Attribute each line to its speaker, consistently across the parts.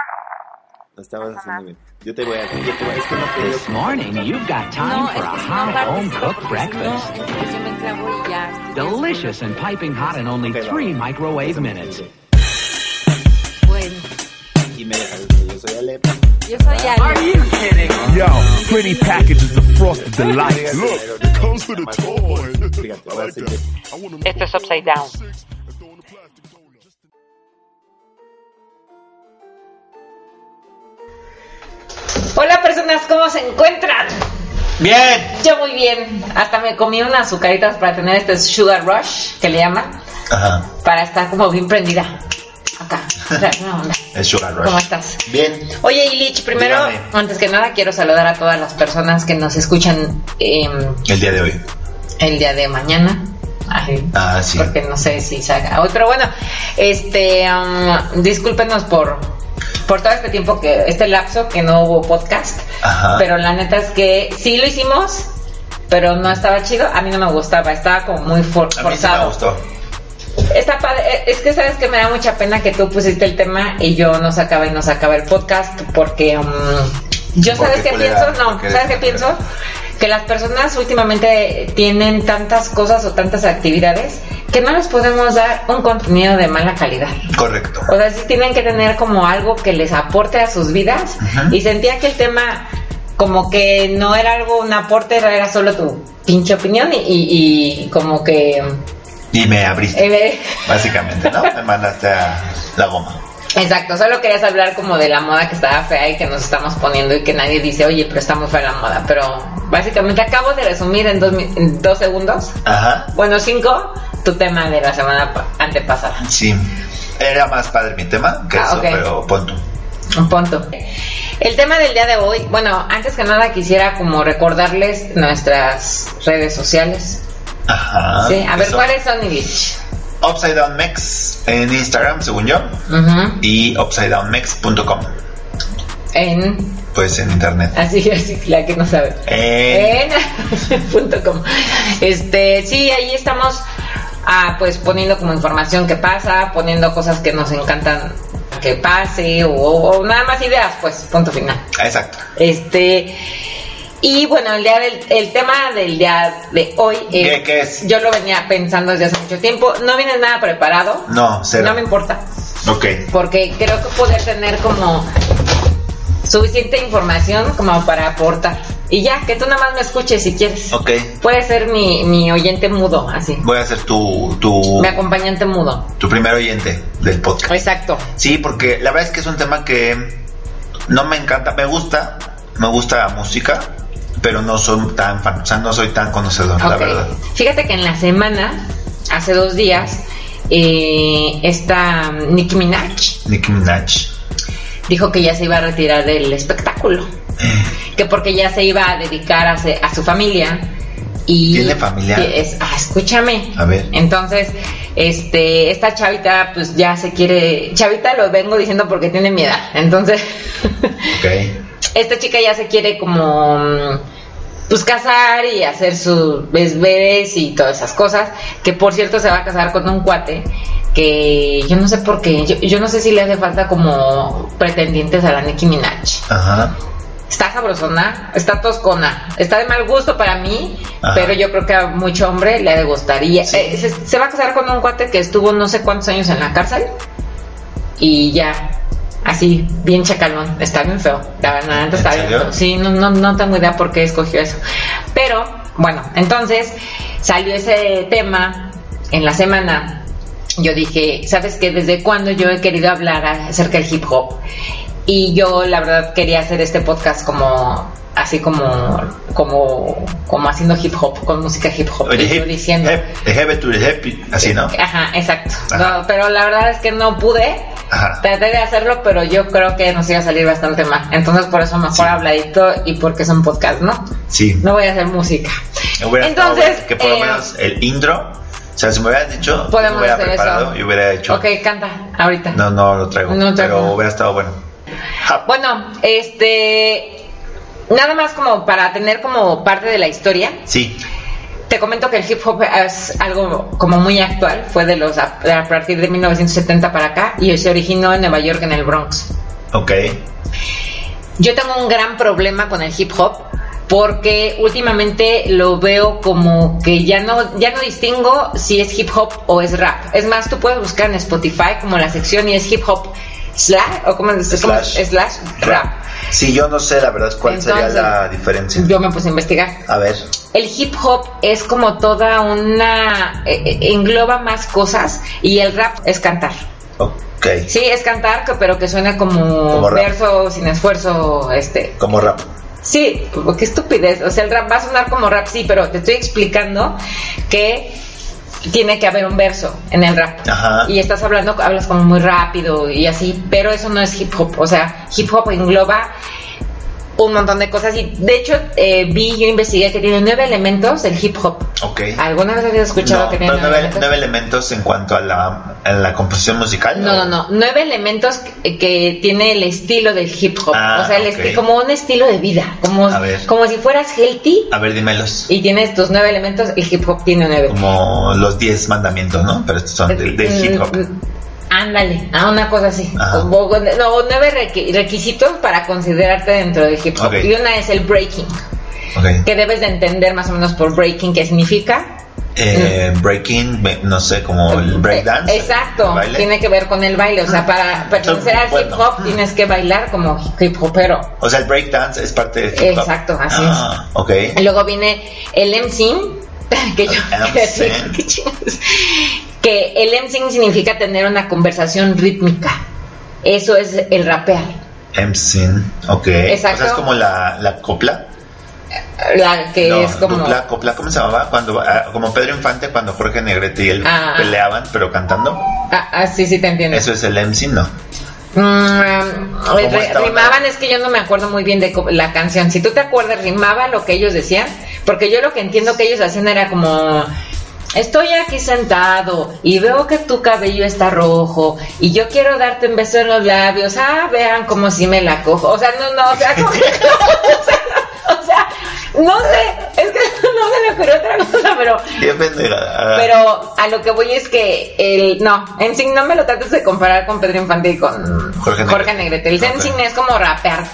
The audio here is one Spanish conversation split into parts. Speaker 1: Hola.
Speaker 2: Lo estabas haciendo bien. Yo te voy a decir, yo te voy a es que no te
Speaker 3: This morning, you've got time
Speaker 4: No,
Speaker 3: for
Speaker 4: es
Speaker 3: a
Speaker 4: que si no
Speaker 3: hot home cooked
Speaker 4: participo porque si no,
Speaker 3: breakfast.
Speaker 4: entonces yo me clavo y ya. estoy
Speaker 3: Delicious and piping hot in only
Speaker 2: Pero-
Speaker 3: three microwave minutes.
Speaker 4: desesperada. Bueno,
Speaker 2: Y me dejas, yo soy Alepa.
Speaker 4: yo soy Ale.
Speaker 5: Yo, pretty packages of frosted delights.
Speaker 2: Look, it comes with a toy. Fíjate, ahora sí que
Speaker 6: Esto es Upside Down.
Speaker 7: Hola personas, ¿cómo se encuentran?
Speaker 8: Bien.
Speaker 7: Yo muy bien. Hasta me comí unas azucaritas para tener este sugar rush, que le llaman,
Speaker 8: Ajá.
Speaker 7: para estar como bien prendida. Acá, la buena onda.
Speaker 8: Es Sugar Rush.
Speaker 7: ¿Cómo estás?
Speaker 8: Bien.
Speaker 7: Oye, Ilich, primero,
Speaker 8: Dígame.
Speaker 7: antes que nada, quiero saludar a todas las personas que nos escuchan eh,
Speaker 8: El día de hoy.
Speaker 7: el día de mañana. Ay,
Speaker 8: Ah, sí.
Speaker 7: Porque no sé si salga otro. Bueno, este, um, discúlpenos por, por todo este tiempo que, este lapso que no hubo podcast.
Speaker 8: Ajá.
Speaker 7: Pero la neta es que sí lo hicimos, pero no estaba chido. A mí no me gustaba, estaba como muy for-
Speaker 8: A mí sí me
Speaker 7: forzado.
Speaker 8: gustó.
Speaker 7: Está padre. eh, Es que sabes que me da mucha pena que tú pusiste el tema y yo no sacaba y no sacaba el podcast porque um, yo
Speaker 8: Porque
Speaker 7: sabes qué
Speaker 8: culera,
Speaker 7: pienso, no,
Speaker 8: porque
Speaker 7: sabes
Speaker 8: eres
Speaker 7: qué
Speaker 8: una
Speaker 7: pienso que las personas últimamente tienen tantas cosas o tantas actividades que no les podemos dar un contenido de mala calidad.
Speaker 8: Correcto.
Speaker 7: O sea, sí tienen que tener como algo que les aporte a sus vidas.
Speaker 8: Ujú.
Speaker 7: Y sentía que el tema como que no era algo, un aporte, era era solo tu pinche opinión y, y- y como que...
Speaker 8: Y me abriste.
Speaker 7: eh,
Speaker 8: Básicamente, ¿no? Me mandaste a la goma.
Speaker 7: exacto, solo querías hablar como de la moda que estaba fea y que nos estamos poniendo y que nadie dice, oye, pero está muy fea la moda. Pero básicamente acabo de resumir en dos, mi- en dos segundos,
Speaker 8: Ajá.
Speaker 7: bueno, cinco, tu tema de la semana pa- antepasada.
Speaker 8: Sí. Era más padre mi tema que
Speaker 7: Ah,
Speaker 8: eso,
Speaker 7: ok.
Speaker 8: pero pon tú.
Speaker 7: Un punto. El tema del día de hoy, bueno, antes que nada quisiera como recordarles nuestras redes sociales.
Speaker 8: Ajá.
Speaker 7: sí, a ver,
Speaker 8: Ah, Eso.
Speaker 7: ¿cuáles son, Ilich?
Speaker 8: Upside Down Mex en Instagram, según yo.
Speaker 7: Ujú.
Speaker 8: Y upsidedownmex.com.
Speaker 7: En,
Speaker 8: Pues en internet.
Speaker 7: así, así, la que no sabe.
Speaker 8: Eh,
Speaker 7: En, punto com. Este, sí, ahí estamos, ah, pues poniendo como información que pasa, poniendo cosas que nos encantan que pase, o- o nada más ideas, pues, punto final.
Speaker 8: Exacto.
Speaker 7: Este. Y bueno, el, día del, el tema del día de hoy es,
Speaker 8: ¿Qué- qué es?
Speaker 7: Yo lo venía pensando desde hace mucho tiempo. No viene nada preparado.
Speaker 8: No, cero.
Speaker 7: No me importa.
Speaker 8: Ok.
Speaker 7: Porque creo que poder tener como suficiente información como para aportar. Y ya, que tú nada más me escuches si quieres.
Speaker 8: Ok.
Speaker 7: Puedes ser mi, mi oyente mudo, así.
Speaker 8: Voy a hacer tu, tu,
Speaker 7: Mi acompañante mudo.
Speaker 8: tu primer oyente del podcast.
Speaker 7: Exacto.
Speaker 8: Sí, porque la verdad es que es un tema que no me encanta, me gusta, me gusta la música, pero no soy tan fan, o sea, no soy tan conocedor, la
Speaker 7: Ok.
Speaker 8: verdad.
Speaker 7: Fíjate que en la semana, hace dos días, eh, esta Nicki Minaj
Speaker 8: Nicki Minaj.
Speaker 7: dijo que ya se iba a retirar del espectáculo,
Speaker 8: Mm.
Speaker 7: que porque ya se iba a dedicar a, se- a su familia y
Speaker 8: ¿Tiene familia?
Speaker 7: y es- ah, escúchame.
Speaker 8: A ver.
Speaker 7: Entonces, este, esta chavita, pues ya se quiere. Chavita lo vengo diciendo porque tiene mi edad. Entonces,
Speaker 8: Ok.
Speaker 7: esta chica ya se quiere como mm, pues casar y hacer sus bebés y todas esas cosas que por cierto se va a casar con un cuate que yo no sé por qué yo, yo no sé si le hace falta como pretendientes a la Nicki Minaj
Speaker 8: Ajá.
Speaker 7: está sabrosona está toscona está de mal gusto para mí
Speaker 8: Ajá.
Speaker 7: pero yo creo que a mucho hombre le gustaría Eh,
Speaker 8: Sí.
Speaker 7: se, se va a casar con un cuate que estuvo no sé cuántos años en la cárcel y ya así bien chacalón está bien feo la verdad
Speaker 8: ¿En
Speaker 7: está bien
Speaker 8: serio?
Speaker 7: feo. sí no, no, no tengo idea por qué escogió eso pero bueno entonces salió ese tema en la semana yo dije sabes que desde cuando yo he querido hablar acerca del hip hop y yo la verdad quería hacer este podcast como así como como como haciendo hip hop con música hip hop
Speaker 8: Oye,
Speaker 7: y yo
Speaker 8: hip,
Speaker 7: diciendo
Speaker 8: hip, de heavy to the happy, así, ¿no?
Speaker 7: Ajá, exacto.
Speaker 8: Ajá.
Speaker 7: No, pero la verdad es que no pude.
Speaker 8: Ajá.
Speaker 7: Traté de hacerlo, pero yo creo que nos iba a salir bastante mal. Entonces, por eso mejor
Speaker 8: Sí.
Speaker 7: habladito y porque son podcast, ¿no?
Speaker 8: Sí.
Speaker 7: No voy a hacer música.
Speaker 8: Hubiera estado
Speaker 7: Entonces,
Speaker 8: bueno que por lo
Speaker 7: eh,
Speaker 8: menos el intro, o sea, si me hubieras dicho, yo
Speaker 7: podemos
Speaker 8: hubiera
Speaker 7: hacer
Speaker 8: preparado
Speaker 7: eso.
Speaker 8: y hubiera hecho.
Speaker 7: Ok, canta, ahorita.
Speaker 8: No, no lo traigo,
Speaker 7: No traigo.
Speaker 8: pero hubiera estado bueno. Ja,
Speaker 7: Bueno, este. Nada más como para tener como parte de la historia.
Speaker 8: Sí,
Speaker 7: Te comento que el hip hop es algo como muy actual, fue de los a, a partir de 1970 para acá y se originó en Nueva York en el Bronx.
Speaker 8: Ok.
Speaker 7: Yo tengo un gran problema con el hip hop porque últimamente lo veo como que ya no ya no distingo si es hip hop o es rap. Es más, tú puedes buscar en Spotify como la sección y es hip hop slash o como
Speaker 8: Slash.
Speaker 7: slash rap.
Speaker 8: Sí, yo no sé la verdad cuál
Speaker 7: Entonces,
Speaker 8: sería la diferencia.
Speaker 7: Yo me puse a investigar.
Speaker 8: A ver.
Speaker 7: El hip hop es como toda una eh, eh, engloba más cosas y el rap es cantar.
Speaker 8: Ok.
Speaker 7: Sí, es cantar, que- pero que suena como,
Speaker 8: Como rap.
Speaker 7: verso sin esfuerzo, este,
Speaker 8: Como rap.
Speaker 7: Sí, pues, qué estupidez. O sea, el rap va a sonar como rap, sí, pero te estoy explicando que tiene que haber un verso en el rap.
Speaker 8: Ajá.
Speaker 7: Y estás hablando, hablas como muy rápido y así, pero eso no es hip hop. O sea, hip hop engloba un montón de cosas. Y de hecho, eh, vi, yo investigué que tiene nueve elementos el hip hop.
Speaker 8: Ok.
Speaker 7: ¿Alguna vez habías escuchado
Speaker 8: No,
Speaker 7: que
Speaker 8: pero
Speaker 7: tiene
Speaker 8: nueve, nueve elementos en cuanto a la, a la composición musical.
Speaker 7: No,
Speaker 8: ¿o?
Speaker 7: no, no. Nueve elementos que, que tiene el estilo del hip hop.
Speaker 8: Ah,
Speaker 7: o sea, el
Speaker 8: ok.
Speaker 7: esti- como un estilo de vida. Como,
Speaker 8: A ver.
Speaker 7: como si fueras healthy
Speaker 8: A ver, dímelos.
Speaker 7: y tienes tus nueve elementos. El hip hop tiene nueve.
Speaker 8: Como los 10 mandamientos, ¿no? Pero estos son del de
Speaker 7: Mm,
Speaker 8: hip hop.
Speaker 7: mm, Ándale, a una cosa así.
Speaker 8: Ajá.
Speaker 7: O- o- No, nueve requi- requisitos para considerarte dentro del hip hop.
Speaker 8: Ok.
Speaker 7: Y una es el breaking,
Speaker 8: Ok.
Speaker 7: que debes de entender más o menos por breaking qué significa.
Speaker 8: Eh, breaking, me- no sé, como el breakdance.
Speaker 7: Eh, Exacto,
Speaker 8: el baile.
Speaker 7: tiene que ver con el baile. O sea, para pertenecer al
Speaker 8: Bueno.
Speaker 7: hip hop tienes que bailar como hip hopero.
Speaker 8: O sea, el breakdance es parte del hip hop.
Speaker 7: Exacto, así es.
Speaker 8: ah, Ok.
Speaker 7: Luego viene el emceeing, que yo
Speaker 8: emceeing.
Speaker 7: qué chingados. que el emceeing significa tener una conversación rítmica. Eso es el rapear.
Speaker 8: Emcing. Ok. O
Speaker 7: Exacto.
Speaker 8: sea, es como la, la copla.
Speaker 7: La que
Speaker 8: No,
Speaker 7: es como
Speaker 8: dupla, copla, ¿cómo se llamaba? Cuando, ah, como Pedro Infante cuando Jorge Negrete y él
Speaker 7: Ah.
Speaker 8: peleaban, pero cantando.
Speaker 7: Ah, ah, sí, sí te entiendo.
Speaker 8: Eso es el emcing, ¿no?
Speaker 7: Mm,
Speaker 8: ¿Cómo
Speaker 7: re-
Speaker 8: estaba?
Speaker 7: rimaban, es que yo no me acuerdo muy bien de co- la canción. Si tú te acuerdas, rimaba lo que ellos decían, porque yo lo que entiendo que ellos hacían era como estoy aquí sentado y veo que tu cabello está rojo y yo quiero darte un beso en los labios. Ah, vean como si me la cojo. O sea, no, no, o sea, como que- o sea, o sea, no sé, es que no se me ocurrió otra cosa, pero
Speaker 8: Qué pendejada.
Speaker 7: pero a lo que voy es que el no, Ensign no me lo trates de comparar con Pedro Infante y con Jorge,
Speaker 8: mm, Jorge
Speaker 7: Negrete.
Speaker 8: Negrete.
Speaker 7: El
Speaker 8: pues. Ok.
Speaker 7: Ensign es como rapear,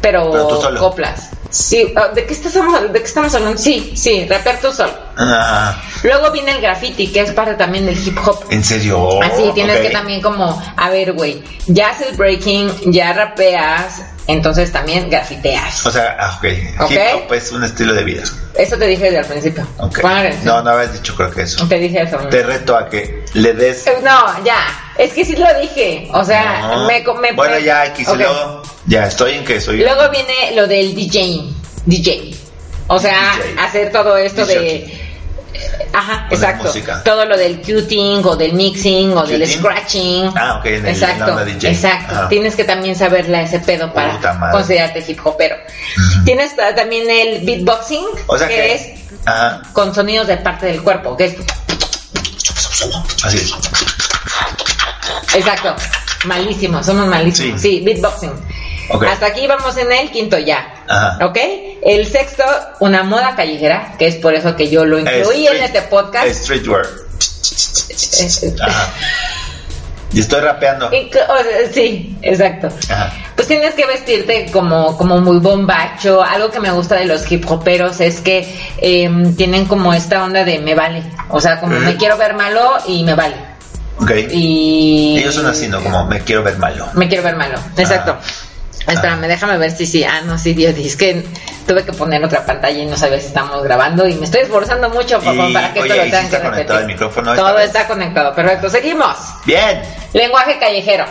Speaker 7: pero,
Speaker 8: Pero tú solo.
Speaker 7: coplas. Sí, ah, ¿de qué estás hablando? ¿De qué estamos hablando? Sí, sí, rapear tú solo.
Speaker 8: Ah,
Speaker 7: Luego viene el graffiti, que es parte también del hip hop.
Speaker 8: ¿En serio?
Speaker 7: Así Ah, tienes
Speaker 8: Oh, Ok.
Speaker 7: que también como, a ver, güey, ya haces breaking, ya rapeas, entonces también grafiteas.
Speaker 8: O sea, ah, ok.
Speaker 7: Ok.
Speaker 8: Hip hop es un estilo de vida.
Speaker 7: Eso te dije desde el principio.
Speaker 8: Ok.
Speaker 7: Pon atención.
Speaker 8: No, no habías dicho creo que eso.
Speaker 7: Te dije eso. ¿no?
Speaker 8: Te reto a que le des.
Speaker 7: Eh, No, ya. Es que sí lo dije. O sea,
Speaker 8: No.
Speaker 7: me, co- me-
Speaker 8: Bueno, ya, aquí se
Speaker 7: Ok.
Speaker 8: lo- Ya, estoy en que soy.
Speaker 7: Luego viene lo del DJ. DJ. O sea,
Speaker 8: DJ.
Speaker 7: hacer todo esto
Speaker 8: DJ.
Speaker 7: de. eh, Ajá,
Speaker 8: Poner
Speaker 7: exacto.
Speaker 8: música.
Speaker 7: Todo lo del cuting o del mixing o del
Speaker 8: Cuting.
Speaker 7: scratching.
Speaker 8: Ah, ok, en el- en la
Speaker 7: exacto.
Speaker 8: onda DJ.
Speaker 7: Exacto.
Speaker 8: Ajá.
Speaker 7: Tienes que también saberle a ese pedo para
Speaker 8: Ah. Puta madre.
Speaker 7: considerarte hip hopero. Tienes ta- también el beatboxing,
Speaker 8: o sea
Speaker 7: que,
Speaker 8: que.
Speaker 7: es
Speaker 8: Ajá.
Speaker 7: con sonidos de parte del cuerpo, que es
Speaker 8: Así es.
Speaker 7: Exacto. Malísimo, somos malísimos. Sí,
Speaker 8: Sí.
Speaker 7: beatboxing.
Speaker 8: Ok.
Speaker 7: Hasta aquí vamos en el quinto ya.
Speaker 8: Ajá.
Speaker 7: ¿Ok? El sexto, una moda callejera, que es por eso que yo lo incluí en
Speaker 8: Street-
Speaker 7: este podcast.
Speaker 8: Streetwear.
Speaker 7: Eh,
Speaker 8: Ajá. Y estoy rapeando.
Speaker 7: eh, inc- o sea, sí, exacto.
Speaker 8: Ajá.
Speaker 7: Pues tienes que vestirte como, como muy bombacho. Algo que me gusta de los hip hoperos es que em, tienen como esta onda de me vale. O sea, como
Speaker 8: Mm.
Speaker 7: me quiero ver malo y me vale.
Speaker 8: Ok.
Speaker 7: Y
Speaker 8: Ellos son así, ¿no? Como Ah. me quiero ver malo.
Speaker 7: Me quiero ver malo, exacto. Espérame, déjame ver si sí. Ah, no, sí, Dios, es que tuve que poner otra pantalla y no sabía si estamos grabando y me estoy esforzando mucho papá,
Speaker 8: Y,
Speaker 7: para que esto
Speaker 8: oye,
Speaker 7: lo
Speaker 8: ¿y sí
Speaker 7: tengan que
Speaker 8: está conectado
Speaker 7: repetir.
Speaker 8: el micrófono esta
Speaker 7: Todo
Speaker 8: vez?
Speaker 7: está conectado, perfecto. Seguimos.
Speaker 8: Bien.
Speaker 7: Lenguaje callejero.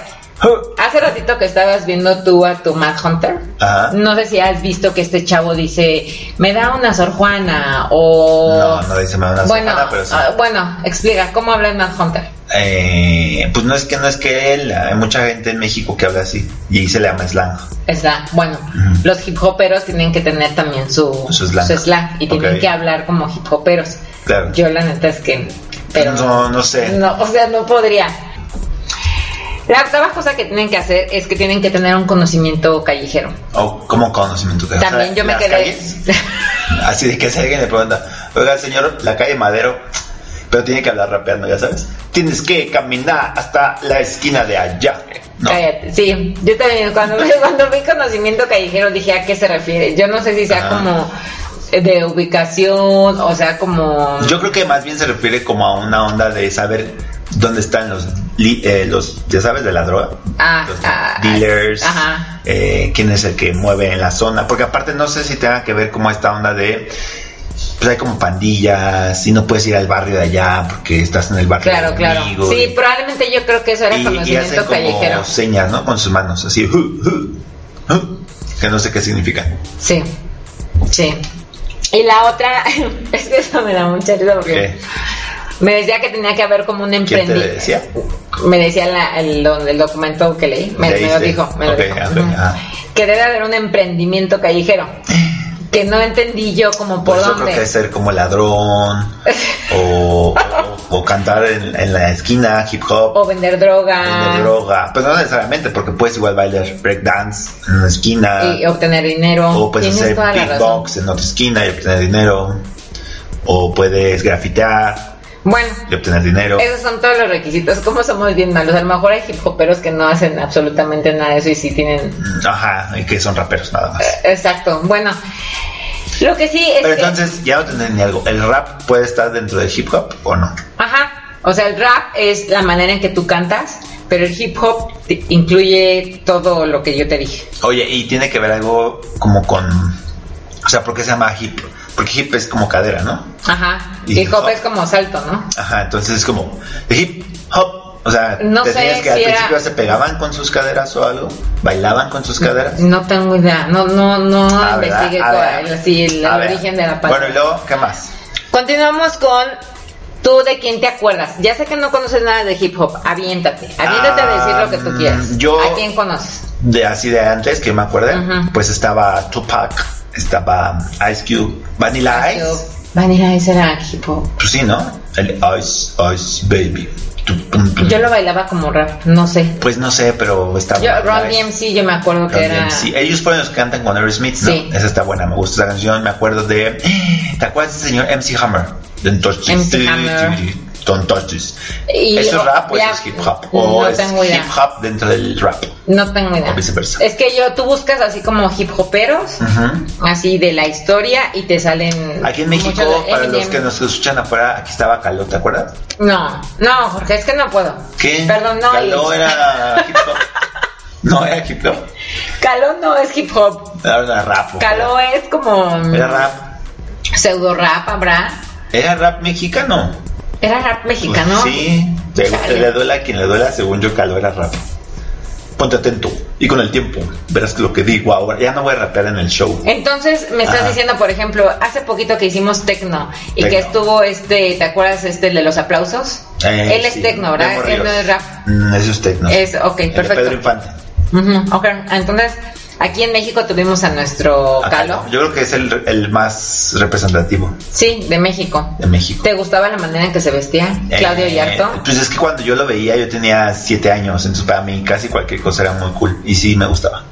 Speaker 8: Huh.
Speaker 7: Hace ratito que estabas viendo tú a tu Mad Hunter.
Speaker 8: Ajá.
Speaker 7: No sé si has visto que este chavo dice, me da una Sor Juana o...
Speaker 8: No, no dice nada
Speaker 7: bueno,
Speaker 8: pero sí.
Speaker 7: ah, bueno, explica, ¿cómo habla el Mad Hunter?
Speaker 8: Eh, pues no es que no es que él, hay mucha gente en México que habla así y se le llama slang.
Speaker 7: Está, bueno,
Speaker 8: Ujú.
Speaker 7: los hip hoperos tienen que tener también su,
Speaker 8: Su slang.
Speaker 7: y tienen
Speaker 8: Ok.
Speaker 7: que hablar como hip hoperos.
Speaker 8: Claro.
Speaker 7: Yo la neta es que pero
Speaker 8: No, no sé.
Speaker 7: No, o sea, no podría. La octava cosa que tienen que hacer es que tienen que tener un conocimiento callejero.
Speaker 8: O como conocimiento que o sea,
Speaker 7: También yo me
Speaker 8: las
Speaker 7: quedé
Speaker 8: calles, así de que si alguien le pregunta, oiga señor, la calle Madero, Pero tiene que hablar rapeando, ya sabes. Tienes que caminar hasta la esquina de allá. No.
Speaker 7: Cállate. Sí, yo también cuando, cuando vi conocimiento callejero dije a qué se refiere. Yo no sé si sea
Speaker 8: Ah.
Speaker 7: como de ubicación, o sea, como...
Speaker 8: Yo creo que más bien se refiere como a una onda de saber dónde están los, li- eh, los ya sabes, de la droga.
Speaker 7: Ah,
Speaker 8: los
Speaker 7: ah,
Speaker 8: dealers,
Speaker 7: ajá.
Speaker 8: eh, quién es el que mueve en la zona. Porque aparte no sé si tenga que ver como esta onda de... Pues hay como pandillas y no puedes ir al barrio de allá porque estás en el barrio
Speaker 7: Claro,
Speaker 8: del
Speaker 7: claro.
Speaker 8: amigo
Speaker 7: Sí,
Speaker 8: y-
Speaker 7: probablemente yo creo que eso era
Speaker 8: y, y hacen
Speaker 7: conocimiento
Speaker 8: como
Speaker 7: callejero.
Speaker 8: señas, ¿no? Con sus manos, así. "Ju, ju, ju", que no sé qué significa.
Speaker 7: Sí, sí. Y la otra, es que eso me da mucha risa porque
Speaker 8: ¿Qué?
Speaker 7: me decía que tenía que haber como un
Speaker 8: ¿Quién te
Speaker 7: emprendimiento.
Speaker 8: decía?
Speaker 7: Me decía la- el, don- el documento que leí, me, me lo
Speaker 8: Leíste.
Speaker 7: dijo, me lo
Speaker 8: Ok,
Speaker 7: dijo.
Speaker 8: ok,
Speaker 7: Ujú.
Speaker 8: ah.
Speaker 7: Que debe haber un emprendimiento callejero. Que no entendí yo como por
Speaker 8: Pues yo creo que
Speaker 7: dónde.
Speaker 8: ser como ladrón o, o- o cantar en, en la esquina, hip hop,
Speaker 7: O ah. vender droga.
Speaker 8: vender droga. Pues no necesariamente, porque puedes igual bailar breakdance en una esquina
Speaker 7: Y obtener dinero.
Speaker 8: o puedes
Speaker 7: Tienes
Speaker 8: hacer
Speaker 7: toda la razón.
Speaker 8: beatbox en otra esquina y obtener dinero o puedes grafitear
Speaker 7: Bueno,
Speaker 8: y obtener dinero.
Speaker 7: esos son todos los requisitos. Como somos bien malos. A lo mejor hay hip hoperos que no hacen absolutamente nada de eso y sí tienen.
Speaker 8: Ajá, y que son raperos nada más.
Speaker 7: Exacto. Bueno, lo que sí es.
Speaker 8: Pero
Speaker 7: que-
Speaker 8: entonces, ya no tener ni algo. ¿El rap puede estar dentro del hip hop o no?
Speaker 7: Ajá. O sea, el rap es la manera en que tú cantas, pero el hip hop te- incluye todo lo que yo te dije.
Speaker 8: Oye, y tiene que ver algo como con. O sea, ¿por qué se llama hip? Porque hip es como cadera, ¿no?
Speaker 7: Ajá.
Speaker 8: Y
Speaker 7: Hip hop
Speaker 8: hip-hop.
Speaker 7: es como salto, ¿no?
Speaker 8: Ajá, entonces es como. Hip hop. O sea,
Speaker 7: No
Speaker 8: ¿te
Speaker 7: sé
Speaker 8: tenías que al
Speaker 7: si era-
Speaker 8: principio se pegaban con sus caderas o algo? ¿Bailaban con sus caderas?
Speaker 7: No tengo idea. No, no, no
Speaker 8: Ah, ¿verdad?
Speaker 7: investigué
Speaker 8: A
Speaker 7: cuál-
Speaker 8: ver.
Speaker 7: así el,
Speaker 8: A
Speaker 7: el
Speaker 8: ver.
Speaker 7: origen de la palabra.
Speaker 8: Bueno, y luego, ¿qué más?
Speaker 7: Continuamos con tú de quién te acuerdas. Ya sé que no conoces nada de hip hop. Aviéntate. Aviéntate a decir lo que tú
Speaker 8: Ah,
Speaker 7: quieras.
Speaker 8: yo-
Speaker 7: ¿A quién conoces?
Speaker 8: De así de antes, que me acuerde,
Speaker 7: Ujú.
Speaker 8: pues estaba Tupac, estaba Ice Cube, Vanilla Ice.
Speaker 7: Yo- Vanilla Ice era hip hop.
Speaker 8: Pues sí, ¿no? El Ice, Ice Baby. Tu, pum, pum.
Speaker 7: Yo lo bailaba como rap, no sé.
Speaker 8: Pues no sé, pero está
Speaker 7: Yo,
Speaker 8: buena.
Speaker 7: Ron DMC, yo me acuerdo que
Speaker 8: Ron
Speaker 7: era.
Speaker 8: DMC. Ellos fueron los que cantan con Aerosmith, ¿no?
Speaker 7: Sí.
Speaker 8: Esa está buena, me gusta esa canción. Me acuerdo de. ¿Te acuerdas del señor MC Hammer? De Don't Touch This.
Speaker 7: MC Hammer.
Speaker 8: Don't Touch This.
Speaker 7: Y-
Speaker 8: ¿Eso es rap o
Speaker 7: ya-
Speaker 8: eso es hip hop? O
Speaker 7: no
Speaker 8: es
Speaker 7: tengo idea.
Speaker 8: hip hop dentro del rap.
Speaker 7: No tengo idea.
Speaker 8: O viceversa.
Speaker 7: Es que yo, tú buscas así como hip hoperos,
Speaker 8: Ujú.
Speaker 7: así de la historia y te salen.
Speaker 8: Ah. Aquí en
Speaker 7: muchos
Speaker 8: México,
Speaker 7: de
Speaker 8: para los
Speaker 7: Eminem.
Speaker 8: que nos escuchan afuera, aquí estaba Caló, ¿te acuerdas?
Speaker 7: No, no, Jorge, es que no puedo.
Speaker 8: ¿Qué?
Speaker 7: Perdón, no.
Speaker 8: Caló
Speaker 7: y-
Speaker 8: era hip hop. No, era hip hop.
Speaker 7: Caló no es hip hop.
Speaker 8: Era rap. ¿o qué era?
Speaker 7: Caló eh. es como.
Speaker 8: Era rap.
Speaker 7: Pseudo rap, habrá.
Speaker 8: Era rap mexicano.
Speaker 7: Era rap mexicano.
Speaker 8: Pues Sí. Le,
Speaker 7: Chale.
Speaker 8: le duela a quien le duela, según yo, Caló era rap. Ponte atento. Y con el tiempo, verás lo que digo ahora. Ya no voy a rapear en el show.
Speaker 7: Entonces me estás
Speaker 8: Ajá.
Speaker 7: diciendo, por ejemplo, hace poquito que hicimos Tecno y
Speaker 8: Ah. Tecno.
Speaker 7: que estuvo este, ¿te acuerdas este el de los aplausos?
Speaker 8: Eh,
Speaker 7: Él es
Speaker 8: sí,
Speaker 7: Tecno, ¿verdad?
Speaker 8: Memo
Speaker 7: Él no
Speaker 8: Ríos.
Speaker 7: es rap.
Speaker 8: Mm, ese es Tecno.
Speaker 7: Es, ok,
Speaker 8: El de
Speaker 7: perfecto.
Speaker 8: Pedro Infante.
Speaker 7: Ujú, ok, entonces aquí en México tuvimos a nuestro
Speaker 8: A
Speaker 7: Calo.
Speaker 8: Yo creo que es el, el más representativo
Speaker 7: Sí, de México.
Speaker 8: de México.
Speaker 7: ¿Te gustaba la manera en que se vestía? Claudio
Speaker 8: Eh,
Speaker 7: Yarto.
Speaker 8: Pues es que cuando yo lo veía, yo tenía siete años. Entonces para mí casi cualquier cosa era muy cool. Y sí, me gustaba.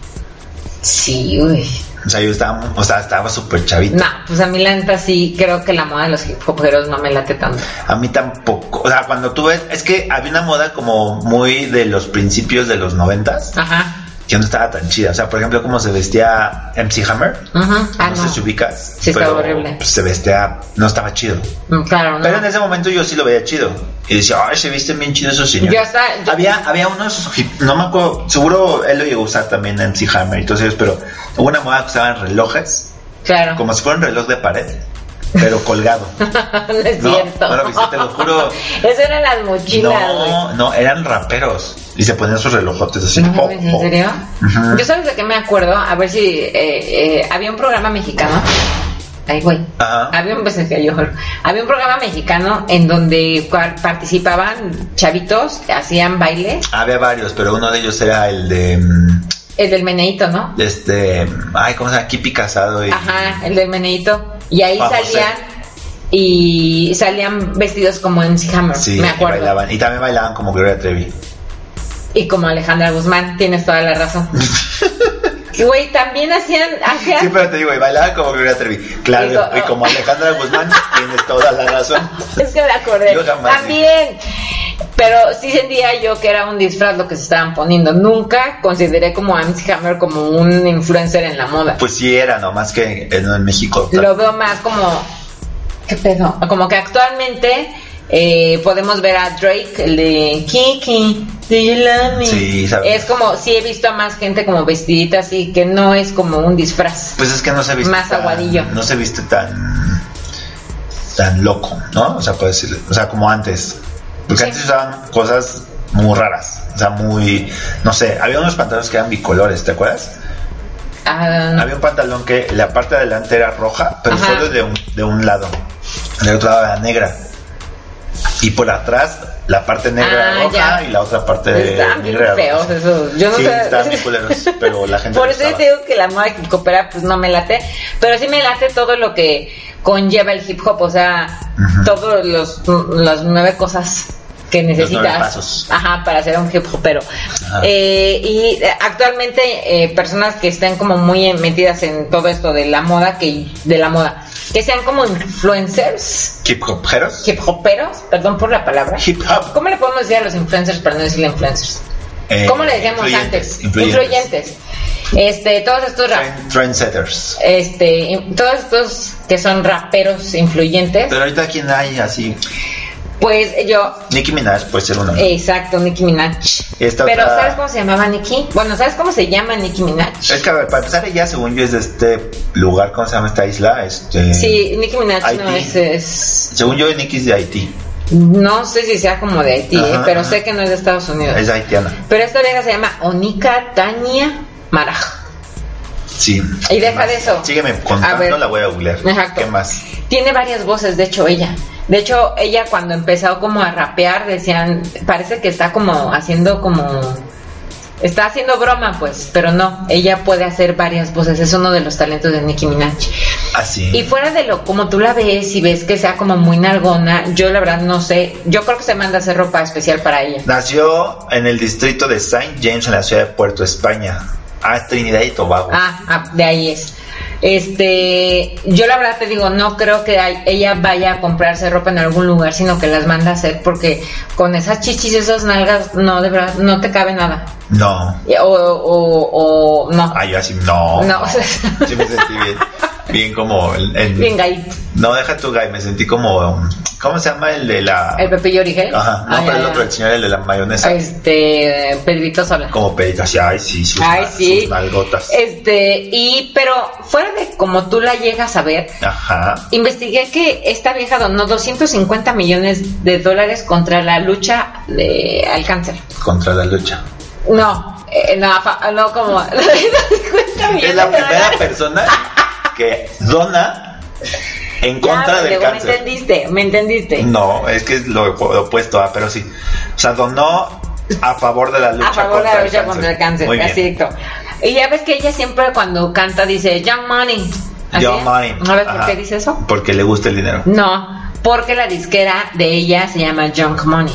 Speaker 7: Sí, uy.
Speaker 8: O sea, yo estaba, o sea, estaba súper chavito.
Speaker 7: No, pues a mí la neta sí creo que la moda de los hip hoperos no me late tanto.
Speaker 8: A mí tampoco. O sea, cuando tú ves, es que había una moda como muy de los principios de los
Speaker 7: Ah.
Speaker 8: noventas
Speaker 7: Ajá.
Speaker 8: que no estaba tan chida. O sea, por ejemplo, como se vestía MC Hammer.
Speaker 7: Ajá. Ah,
Speaker 8: no,
Speaker 7: no.
Speaker 8: sé si ubicas.
Speaker 7: Sí, estaba horrible.
Speaker 8: pues, se vestía, no estaba chido.
Speaker 7: Mm, Claro, no.
Speaker 8: Pero en ese momento yo sí lo veía chido. Y decía, ay, se visten bien chidos esos señores.
Speaker 7: Yo hasta- yo-
Speaker 8: había, había unos, hip- no me acuerdo, seguro él lo llegó a usar también MC Hammer y todos ellos, pero hubo una moda que usaban relojes,
Speaker 7: claro.
Speaker 8: como si fuera un reloj de pared, pero colgado.
Speaker 7: no es
Speaker 8: No,
Speaker 7: cierto.
Speaker 8: no lo viste, te lo juro.
Speaker 7: Eso eran las mochilas, güey.
Speaker 8: No, no, eran raperos. Y se ponían sus relojotes así.
Speaker 7: No
Speaker 8: po,
Speaker 7: mames, ¿En
Speaker 8: po.
Speaker 7: serio?
Speaker 8: Oh, Ujú.
Speaker 7: Yo sabes de qué me acuerdo, a ver si eh, eh, había un programa mexicano. Ay, güey.
Speaker 8: Ajá.
Speaker 7: Había un, pues, es que yo- había un programa mexicano en donde cual- participaban chavitos, hacían baile.
Speaker 8: Había varios, pero uno de ellos era el de, mm,
Speaker 7: El del meneito, ¿no?
Speaker 8: este, ay, ¿cómo se llama? Kipi Casado y...
Speaker 7: Ajá, el del meneito. Y ahí
Speaker 8: Juan José.
Speaker 7: salían y salían vestidos como MC Hammer,
Speaker 8: Sí,
Speaker 7: me
Speaker 8: y
Speaker 7: acuerdo.
Speaker 8: bailaban. Y también bailaban como Gloria Trevi.
Speaker 7: Y como Alejandra Guzmán, tienes toda la razón. Güey, también hacían, hacían
Speaker 8: Siempre te digo, y bailaba como Gloria Trevi. Claro,
Speaker 7: Digo,
Speaker 8: y como Alejandra Guzmán, tienes toda la razón.
Speaker 7: Es que me acordé.
Speaker 8: Yo jamás
Speaker 7: También. Pero sí sentía yo que era un disfraz lo que se estaban poniendo. Nunca consideré como a MC Hammer como un influencer en la moda.
Speaker 8: Pues sí era, nomás que en, en México.
Speaker 7: Lo veo más como. ¿Qué pedo? Como que actualmente eh, podemos ver a Drake, el de Kiki. Do you love me?
Speaker 8: Sí, sabe.
Speaker 7: es como, sí he visto a más gente como vestidita así, que no es como un disfraz.
Speaker 8: Pues es que no se viste
Speaker 7: Más
Speaker 8: tan-
Speaker 7: aguadillo.
Speaker 8: No se viste tan tan loco, ¿no? O sea, puedes decirle, o sea, como antes. Porque
Speaker 7: Sí.
Speaker 8: antes usaban cosas muy raras, o sea, muy no sé, había unos pantalones que eran bicolores, ¿te acuerdas?
Speaker 7: Ah,
Speaker 8: Había un pantalón que la parte delantera era roja, pero
Speaker 7: Ajá.
Speaker 8: solo de un, de un lado. Del otro lado era negra. Y por atrás la parte negra
Speaker 7: Ah,
Speaker 8: era roja
Speaker 7: ya. Pues
Speaker 8: y la otra parte
Speaker 7: están bien
Speaker 8: negra era
Speaker 7: feos
Speaker 8: roja.
Speaker 7: esos. Yo no
Speaker 8: Este, sí,
Speaker 7: sé-
Speaker 8: estaban bien culeros, pero la gente
Speaker 7: Por
Speaker 8: lo
Speaker 7: eso yo
Speaker 8: usaba.
Speaker 7: te digo que la moda que coopera pues no me late, pero sí me late todo lo que conlleva el hip hop, o sea,
Speaker 8: Ujú.
Speaker 7: todos los las nueve cosas que
Speaker 8: nueve
Speaker 7: necesitas
Speaker 8: pasos.
Speaker 7: ajá, para ser un hip hopero.
Speaker 8: Ajá.
Speaker 7: Eh, y eh, actualmente eh, personas que estén como muy en- metidas en todo esto de la moda, que de la moda, que sean como influencers,
Speaker 8: Hip hoperos.
Speaker 7: hip hoperos, perdón por la palabra.
Speaker 8: Hip hop.
Speaker 7: ¿Cómo le podemos decir a los influencers para no decirle influencers?
Speaker 8: Eh,
Speaker 7: ¿Cómo le decíamos
Speaker 8: influyentes,
Speaker 7: antes? Influyentes. Este, todos estos rap-
Speaker 8: Trend- trendsetters.
Speaker 7: este, in- todos estos que son raperos influyentes,
Speaker 8: Pero ahorita quién hay así.
Speaker 7: pues yo,
Speaker 8: Nicki Minaj puede ser uno. ¿no?
Speaker 7: exacto, Nicki Minaj.
Speaker 8: Esta
Speaker 7: Eh, Pero
Speaker 8: otra-
Speaker 7: ¿sabes cómo se llamaba Nicki? Bueno, ¿sabes cómo se llama Nicki Minaj?
Speaker 8: Es que a ver, para empezar ella según yo es de este lugar, ¿cómo se llama esta isla? Este
Speaker 7: Sí, Nicki Minaj no
Speaker 8: Haití.
Speaker 7: es, es-
Speaker 8: Según yo Nicki es de Haití.
Speaker 7: no sé si sea como de Haití,
Speaker 8: Ajá,
Speaker 7: eh, pero
Speaker 8: ajá.
Speaker 7: sé que no es de Estados Unidos.
Speaker 8: Es haitiana.
Speaker 7: Pero esta vieja se llama Onika Tania Maraj.
Speaker 8: Sí.
Speaker 7: Y
Speaker 8: ¿Qué
Speaker 7: deja
Speaker 8: más?
Speaker 7: de eso.
Speaker 8: Sígueme
Speaker 7: A ver.
Speaker 8: contando, la voy a googlear.
Speaker 7: Exacto.
Speaker 8: ¿Qué más?
Speaker 7: Tiene varias voces, de hecho, ella. De hecho, ella cuando empezó como a rapear, decían, parece que está como haciendo como... Está haciendo broma, pues, pero no, ella puede hacer varias voces, es uno de los talentos de Nicki Minaj.
Speaker 8: Así.
Speaker 7: Y fuera de lo, como tú la ves y ves que sea como muy nalgona, yo la verdad no sé, yo creo que se manda a hacer ropa especial para ella.
Speaker 8: Nació en el distrito de Saint James en la ciudad de Puerto España. Ah, Trinidad y Tobago.
Speaker 7: Ah, ah, de ahí es. Este, yo la verdad te digo, no creo que ay- ella vaya a comprarse ropa en algún lugar, sino que las manda a hacer porque con esas chichis, esas nalgas, no, de verdad, no te cabe nada.
Speaker 8: No.
Speaker 7: Y- O, o, o no.
Speaker 8: Ah, yo así, no.
Speaker 7: No.
Speaker 8: Sí me sentí bien. Bien como el, el-
Speaker 7: Venga ahí,
Speaker 8: No, deja tu guy, me sentí como. um, ¿Cómo se llama el de la.?
Speaker 7: el Pepillo Origel.
Speaker 8: Ajá, no,
Speaker 7: Ay,
Speaker 8: pero
Speaker 7: ay,
Speaker 8: el otro,
Speaker 7: ay.
Speaker 8: el señor, el de la mayonesa.
Speaker 7: Este, Pedrito Sola.
Speaker 8: Como pedito así, ay, sí, sus,
Speaker 7: Ay,
Speaker 8: mal-
Speaker 7: sí.
Speaker 8: sus malgotas.
Speaker 7: Este, y, pero fuera de como tú la llegas a ver,
Speaker 8: Ajá.
Speaker 7: Investigué que esta vieja donó 250 millones de dólares contra la lucha de, al cáncer.
Speaker 8: Contra la lucha.
Speaker 7: No, eh, no, fa- no como 250 millones
Speaker 8: Es la
Speaker 7: de
Speaker 8: primera
Speaker 7: dólares.
Speaker 8: persona que dona en
Speaker 7: Ya,
Speaker 8: contra del
Speaker 7: pendejo,
Speaker 8: cáncer. Mm,
Speaker 7: Me entendiste, me entendiste.
Speaker 8: No, es que es lo, lo opuesto, ah, pero sí. O sea, donó a favor de la lucha
Speaker 7: a favor de
Speaker 8: contra
Speaker 7: la
Speaker 8: el
Speaker 7: lucha
Speaker 8: cáncer.
Speaker 7: contra el cáncer,
Speaker 8: Muy bien.
Speaker 7: así exacto. Y ya ves que ella siempre cuando canta dice, Young Money. ¿Así
Speaker 8: Yo,
Speaker 7: es?
Speaker 8: mine.
Speaker 7: ¿Ah, ¿No ves por
Speaker 8: Ajá.
Speaker 7: qué dice eso? Mm.
Speaker 8: Porque le gusta el dinero.
Speaker 7: No, porque la disquera de ella se llama Junk Money.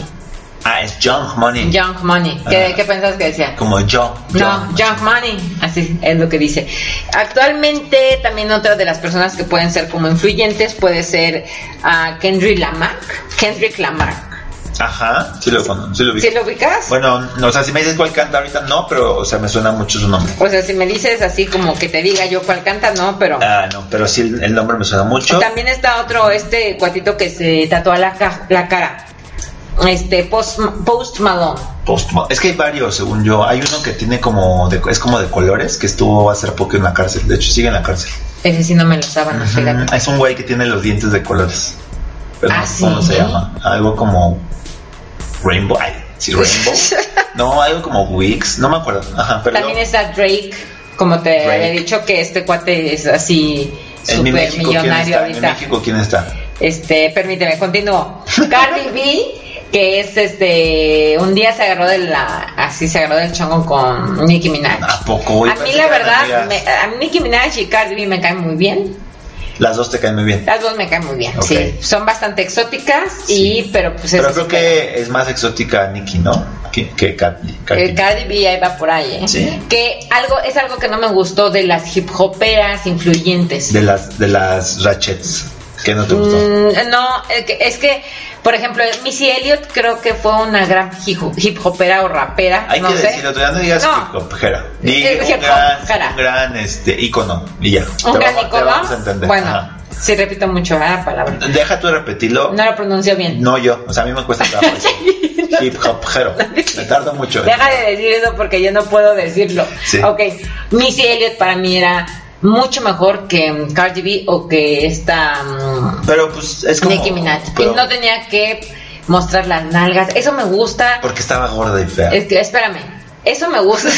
Speaker 8: Ah, es junk money.
Speaker 7: Junk Money. ¿Qué,
Speaker 8: Ajá.
Speaker 7: ¿qué pensabas que decía?
Speaker 8: Como yo.
Speaker 7: No,
Speaker 8: yo.
Speaker 7: junk money, así es lo que dice. Actualmente también otra de las personas que pueden ser como influyentes puede ser ah, Kendrick Lamar. Kendrick Lamar.
Speaker 8: Ajá, sí lo, con- sí lo vi.
Speaker 7: ¿Sí lo ubicas?
Speaker 8: Bueno, no, o sea, si me dices cuál canta ahorita, no, pero, o sea, me suena mucho su nombre.
Speaker 7: O sea, si me dices así como que te diga yo cuál canta, no, pero...
Speaker 8: Ah, no, pero sí el, el nombre me suena mucho.
Speaker 7: También está otro, este cuatito que se tatúa la, ca- la cara. Este, Post, Post Malone.
Speaker 8: Post Malone. Es que hay varios, según yo. Hay uno que tiene como, de, es como de colores, que estuvo hace poco en la cárcel. De hecho, sigue en la cárcel.
Speaker 7: Ese sí no me lo saben, fíjate.
Speaker 8: Ujú. Es un güey que tiene los dientes de colores. Pero
Speaker 7: Ah,
Speaker 8: no sé cómo
Speaker 7: ¿sí?
Speaker 8: se llama. Algo como Rainbow. Ay, sí, Rainbow. no, algo como Wix. No me acuerdo. Ajá, pero
Speaker 7: También está Drake, como te
Speaker 8: Drake.
Speaker 7: había dicho que este cuate es así
Speaker 8: en mi
Speaker 7: súper
Speaker 8: México, ¿quién
Speaker 7: millonario
Speaker 8: está? En mi
Speaker 7: ahorita.
Speaker 8: México, ¿quién está?
Speaker 7: Este, permíteme, continúo. Cardi B, que es este, un día se agarró de la, así se agarró del chongo con Nicki Minaj.
Speaker 8: ¿A poco? Yo
Speaker 7: A mí
Speaker 8: pensé
Speaker 7: la
Speaker 8: que eran
Speaker 7: verdad, ah.
Speaker 8: amigas.
Speaker 7: me- a mí Nicki Minaj y Cardi B me caen muy bien.
Speaker 8: Las dos te caen muy bien.
Speaker 7: Las dos me caen muy bien,
Speaker 8: Ok.
Speaker 7: sí. Son bastante exóticas y, pero pues
Speaker 8: Pero
Speaker 7: es-
Speaker 8: creo que es más exótica Nikki, ¿no? Que, que Kat-
Speaker 7: El
Speaker 8: Katy.
Speaker 7: eh, Cardi B ahí va por ahí, ¿eh?
Speaker 8: Sí.
Speaker 7: Que algo, es algo que no me gustó de las hip hoperas influyentes.
Speaker 8: De las, de las Ratchets. Que no te gustó.
Speaker 7: Mm, no, es que, es que, por ejemplo, Missy Elliott creo que fue una gran hip hip hopera o rapera.
Speaker 8: Hay
Speaker 7: no
Speaker 8: que
Speaker 7: sé.
Speaker 8: decirlo, todavía no digas
Speaker 7: No.
Speaker 8: hip hopera. Di
Speaker 7: Eh, hip
Speaker 8: un gran,
Speaker 7: hopera.
Speaker 8: un gran este, ícono. Y ya.
Speaker 7: Un
Speaker 8: Te
Speaker 7: gran
Speaker 8: vamos- te
Speaker 7: icono.
Speaker 8: vamos a entender.
Speaker 7: Bueno,
Speaker 8: Ajá.
Speaker 7: sí repito mucho ¿verdad? la palabra.
Speaker 8: Deja tú de repetirlo.
Speaker 7: No lo pronuncio bien.
Speaker 8: No yo, o sea, a mí me cuesta trabajo.
Speaker 7: Sí, no.
Speaker 8: Hip hopero. Me tardo mucho.
Speaker 7: Deja de decir eso porque yo no puedo decirlo.
Speaker 8: Sí.
Speaker 7: Ok, Missy Elliott para mí era mucho mejor que mm, Cardi B o que esta mm,
Speaker 8: Pero pues es como.
Speaker 7: Nicki Minaj.
Speaker 8: pero-
Speaker 7: Y no tenía que mostrar las nalgas. Eso me gusta.
Speaker 8: Porque estaba gorda y fea.
Speaker 7: Es que, espérame, eso me gusta.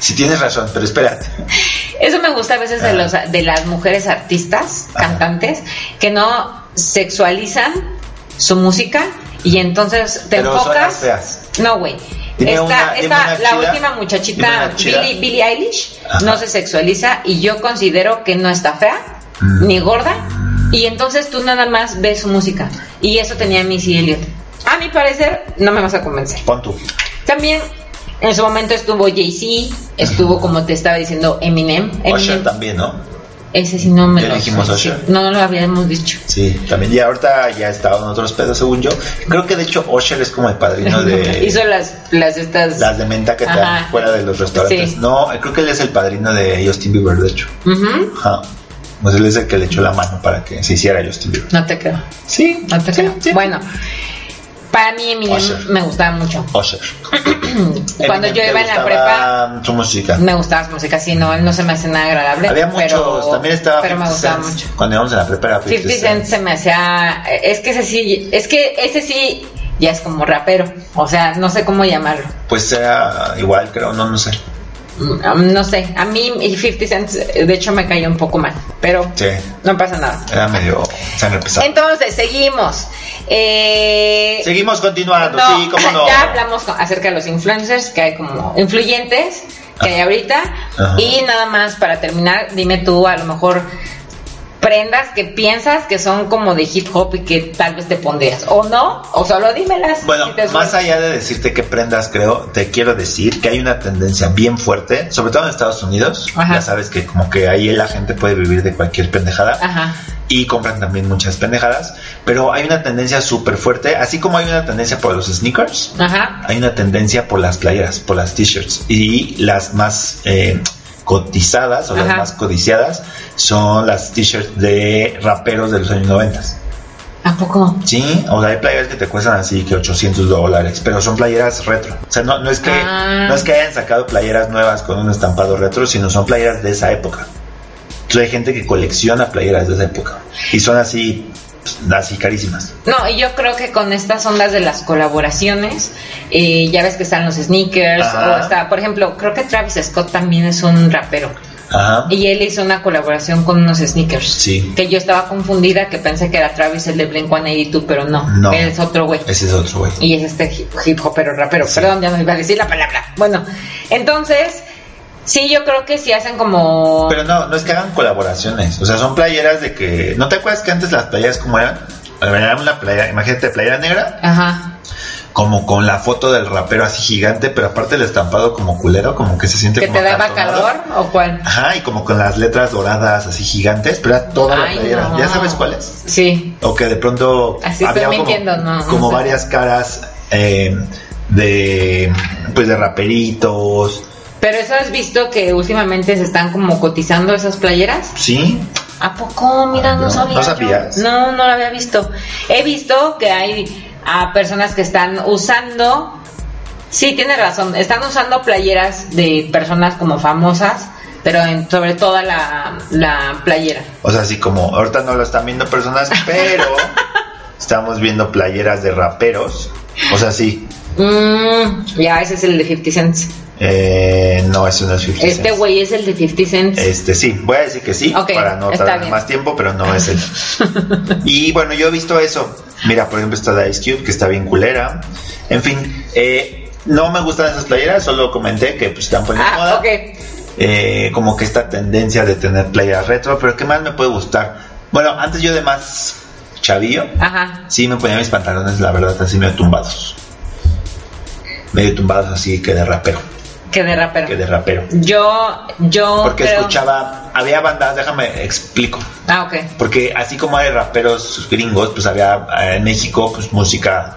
Speaker 8: Si tienes razón, pero espérate.
Speaker 7: Eso me gusta a veces de,
Speaker 8: Ajá.
Speaker 7: los, de las mujeres artistas,
Speaker 8: Ah. Ajá.
Speaker 7: cantantes, que no sexualizan su música y entonces te
Speaker 8: Pero son las
Speaker 7: enfocas.
Speaker 8: feas.
Speaker 7: No, güey.
Speaker 8: Dime
Speaker 7: Esta,
Speaker 8: una- dime
Speaker 7: esta-
Speaker 8: una
Speaker 7: la
Speaker 8: chida,
Speaker 7: última
Speaker 8: dime
Speaker 7: muchachita,
Speaker 8: una chida.
Speaker 7: Billie, Billie Eilish,
Speaker 8: Ajá.
Speaker 7: no se sexualiza y yo considero que no está fea
Speaker 8: Mm.
Speaker 7: ni gorda. Y entonces tú nada más ves su música. Y eso tenía Missy Elliott. A mi parecer, no me vas a convencer.
Speaker 8: Pon tú.
Speaker 7: También en su momento estuvo Jay-Z, estuvo como te estaba diciendo Eminem.
Speaker 8: Usher
Speaker 7: Eminem
Speaker 8: también, ¿no?
Speaker 7: ese sí no me
Speaker 8: Ya
Speaker 7: lo
Speaker 8: dijimos Usher.
Speaker 7: No, no lo habíamos dicho.
Speaker 8: Sí, también. Y ahorita ya estaba en otros pedos, según yo. Creo que de hecho Osher es como el padrino de.
Speaker 7: Hizo las, las estas.
Speaker 8: Eh, Las de menta que te
Speaker 7: Ajá.
Speaker 8: dan fuera de los restaurantes.
Speaker 7: Sí.
Speaker 8: No, creo que él es el padrino de Justin Bieber, de hecho.
Speaker 7: Ujú,
Speaker 8: Ajá. Pues él es el que le echó la mano para que se hiciera Justin Bieber.
Speaker 7: No te creo.
Speaker 8: Sí,
Speaker 7: No te
Speaker 8: sí,
Speaker 7: creo.
Speaker 8: sí.
Speaker 7: Bueno, para mí Eminem
Speaker 8: Usher.
Speaker 7: me gustaba mucho.
Speaker 8: Usher.
Speaker 7: Cuando
Speaker 8: Eminem,
Speaker 7: yo
Speaker 8: ¿te
Speaker 7: iba en la prepa,
Speaker 8: gustaba Su música.
Speaker 7: me gustaba su música. Sí, no, él no se me hace nada agradable.
Speaker 8: Había muchos,
Speaker 7: pero-
Speaker 8: también estaba
Speaker 7: Pero me
Speaker 8: 50
Speaker 7: gustaba
Speaker 8: Cent.
Speaker 7: mucho.
Speaker 8: Cuando íbamos en la prepa era 50,
Speaker 7: 50 Cent se me hacía. Es que ese sí. Es que ese sí. Ya es como rapero. O sea, no sé cómo llamarlo.
Speaker 8: Pues era igual, creo, no, no sé.
Speaker 7: Mm, No sé. A mí y 50 Cent, de hecho, me cayó un poco mal. Pero
Speaker 8: Sí,
Speaker 7: no pasa nada.
Speaker 8: era medio sangre pesada.
Speaker 7: Entonces, seguimos. Eh,
Speaker 8: Seguimos continuando,
Speaker 7: no,
Speaker 8: sí, cómo no.
Speaker 7: Ya hablamos con- acerca de los influencers, que hay como influyentes que hay ahorita.
Speaker 8: Ajá.
Speaker 7: Y nada más para terminar, dime tú a lo mejor prendas que piensas que son como de hip hop y que tal vez te pondrías. O no, o solo dímelas.
Speaker 8: Bueno,
Speaker 7: si te
Speaker 8: más
Speaker 7: suena.
Speaker 8: allá de decirte qué prendas creo, te quiero decir que hay una tendencia bien fuerte, sobre todo en Estados Unidos.
Speaker 7: Ajá.
Speaker 8: Ya sabes que como que ahí la gente puede vivir de cualquier pendejada
Speaker 7: Ajá.
Speaker 8: y compran también muchas pendejadas, pero hay una tendencia súper fuerte, así como hay una tendencia por los sneakers,
Speaker 7: Ajá.
Speaker 8: hay una tendencia por las playeras, por las t-shirts y las más eh, cotizadas o las
Speaker 7: Ajá.
Speaker 8: más codiciadas son las t-shirts de raperos de los años 90.
Speaker 7: ¿A poco?
Speaker 8: Sí, o sea, hay playeras que te cuestan así que 800 dólares, pero son playeras retro. O sea, no, no, es que,
Speaker 7: Ah.
Speaker 8: no es que hayan sacado playeras nuevas con un estampado retro, sino son playeras de esa época. Entonces hay gente que colecciona playeras de esa época y son así, pues, así carísimas.
Speaker 7: No, y yo creo que con estas ondas de las colaboraciones, eh, ya ves que están los sneakers,
Speaker 8: Ajá.
Speaker 7: o está, por ejemplo, creo que Travis Scott también es un rapero.
Speaker 8: Ajá.
Speaker 7: Y él hizo una colaboración con unos sneakers.
Speaker 8: Sí.
Speaker 7: Que yo estaba confundida, que pensé que era Travis el de Blink-182, pero no.
Speaker 8: No.
Speaker 7: Él es otro güey.
Speaker 8: Ese es otro, güey.
Speaker 7: Y es este hip, hip hopero rapero.
Speaker 8: Sí.
Speaker 7: Perdón, ya no iba a decir la palabra. Bueno, entonces, sí, yo creo que si hacen como...
Speaker 8: Pero no, no es que hagan colaboraciones. O sea, son playeras de que. ¿No te acuerdas que antes las playeras como eran? Era una playera, imagínate, playera negra,
Speaker 7: Ajá.
Speaker 8: como con la foto del rapero así gigante, pero aparte el estampado como culero, como que se siente
Speaker 7: ¿Que
Speaker 8: como
Speaker 7: te daba
Speaker 8: acartonado.
Speaker 7: calor o cuál?
Speaker 8: Ajá, y como con las letras doradas así gigantes, pero era toda la
Speaker 7: Ay,
Speaker 8: playera.
Speaker 7: no.
Speaker 8: ¿Ya sabes cuál es?
Speaker 7: Sí.
Speaker 8: O que de pronto
Speaker 7: Así estoy mintiendo, no, no
Speaker 8: como
Speaker 7: sé.
Speaker 8: varias caras eh, de pues de raperitos,
Speaker 7: Pero eso has visto que últimamente se están como cotizando esas playeras.
Speaker 8: ¿sí?
Speaker 7: ¿A poco? Mira, no,
Speaker 8: Ah, No,
Speaker 7: sabía.
Speaker 8: no
Speaker 7: yo.
Speaker 8: sabías.
Speaker 7: No, no lo había visto. He visto que hay ah, personas que están usando. Sí, tiene razón. Están usando playeras de personas como famosas, pero en- sobre toda la, la playera.
Speaker 8: O sea, así como ahorita no lo están viendo personas, pero estamos viendo playeras de raperos. O sea, sí.
Speaker 7: Mm, ya, ese es el de 50 cents.
Speaker 8: Eh, no, eso no es 50
Speaker 7: Este
Speaker 8: Cent.
Speaker 7: güey es el de 50 cents.
Speaker 8: Este sí, voy a decir que sí
Speaker 7: Ok,
Speaker 8: para no
Speaker 7: está
Speaker 8: tardar
Speaker 7: bien.
Speaker 8: más tiempo, pero no es él. y bueno, yo he visto eso. Mira, por ejemplo, está la Ice Cube, que está bien culera. En fin, eh, no me gustan esas playeras, solo comenté que pues, están poniendo moda.
Speaker 7: ah, ok.
Speaker 8: Eh, como que esta tendencia de tener playeras retro, pero ¿qué más me puede gustar? Bueno, antes yo de más chavillo,
Speaker 7: Ajá.
Speaker 8: sí me ponía mis pantalones, la verdad, así medio tumbados. Medio tumbados así que de rapero,
Speaker 7: Que de rapero.
Speaker 8: que de rapero.
Speaker 7: Yo, yo.
Speaker 8: Porque
Speaker 7: creo-
Speaker 8: escuchaba, había bandas, déjame explico.
Speaker 7: Ah, ok.
Speaker 8: Porque así como hay raperos gringos, pues había eh, en México pues música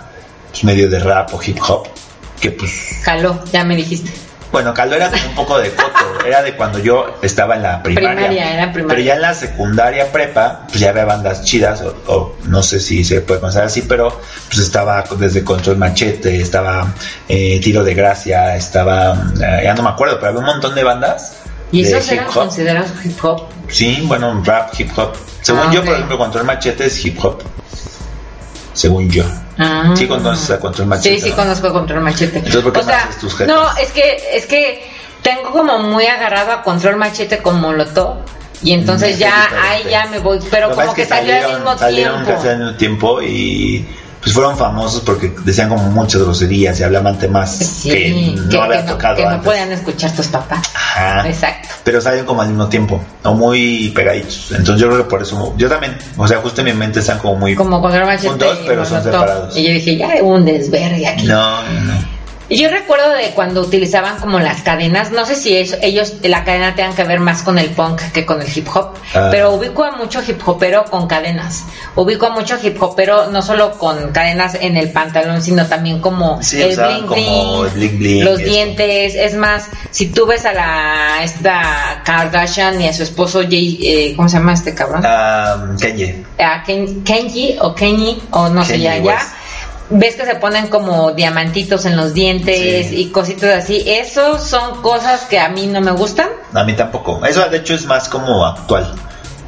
Speaker 8: pues, medio de rap o hip hop, que pues
Speaker 7: Jaló, ya me dijiste.
Speaker 8: Bueno, Caldo era como un poco de coto, era de cuando yo estaba en la primaria.
Speaker 7: Primaria, era primaria.
Speaker 8: Pero ya en la secundaria prepa, pues ya había bandas chidas, o, o no sé si se puede considerar así, pero pues estaba desde Control Machete, estaba eh, Tiro de Gracia, estaba, eh, ya no me acuerdo, pero había un montón de bandas.
Speaker 7: ¿Y
Speaker 8: de
Speaker 7: esos eran
Speaker 8: hip hop.
Speaker 7: considerados hip hop?
Speaker 8: Sí, bueno, rap, hip hop. Según
Speaker 7: Ah,
Speaker 8: yo,
Speaker 7: ok.
Speaker 8: por ejemplo, Control Machete es hip hop. Según yo.
Speaker 7: Ah.
Speaker 8: Sí conoces a Control Machete.
Speaker 7: Sí, sí
Speaker 8: ¿no?
Speaker 7: conozco Control Machete.
Speaker 8: Entonces, ¿por qué
Speaker 7: o
Speaker 8: me
Speaker 7: sea,
Speaker 8: haces tus jetas?
Speaker 7: no, es que, es que tengo como muy agarrado a Control Machete con Molotov. Y entonces
Speaker 8: Mm,
Speaker 7: ya,
Speaker 8: sí,
Speaker 7: ahí
Speaker 8: sí.
Speaker 7: ya me voy. Pero
Speaker 8: Lo
Speaker 7: como
Speaker 8: pasa
Speaker 7: que,
Speaker 8: es
Speaker 7: salió al mismo
Speaker 8: salieron
Speaker 7: tiempo.
Speaker 8: casi al mismo tiempo y pues fueron famosos porque decían como muchas groserías y hablaban temas
Speaker 7: Sí,
Speaker 8: que no habían tocado
Speaker 7: que no
Speaker 8: antes. Ah.
Speaker 7: podían escuchar tus papás.
Speaker 8: Ajá.
Speaker 7: Exacto.
Speaker 8: Pero salen como al mismo tiempo, o muy pegaditos. Entonces yo creo que por eso, yo también, o sea, justo en mi mente están como muy...
Speaker 7: Como Control Machete
Speaker 8: Juntos,
Speaker 7: y
Speaker 8: pero son
Speaker 7: Molotov.
Speaker 8: separados.
Speaker 7: Y yo dije, ya un desvergue aquí.
Speaker 8: No, no, no.
Speaker 7: Y Yo recuerdo de cuando utilizaban como las cadenas, no sé si eso- ellos la cadena tengan que ver más con el punk que con el hip hop,
Speaker 8: Ah.
Speaker 7: pero ubico a mucho hip hopero con cadenas. Ubico a mucho hip hopero no solo con cadenas en el pantalón, sino también como
Speaker 8: Sí,
Speaker 7: el bling
Speaker 8: usaban como
Speaker 7: bling,
Speaker 8: el bling bling,
Speaker 7: los
Speaker 8: eso.
Speaker 7: dientes. Es más, si tú ves a la esta Kardashian y a su esposo Jay, eh, ¿cómo se llama este cabrón?
Speaker 8: Ah, Kanye.
Speaker 7: a Ken- Kenji o Kenny o no sé
Speaker 8: Kenji
Speaker 7: ya ya
Speaker 8: West.
Speaker 7: ves que se ponen como diamantitos en los dientes
Speaker 8: Sí.
Speaker 7: y cositas así eso son cosas que a mí no me gustan
Speaker 8: A mí tampoco. Eso de hecho es más como actual.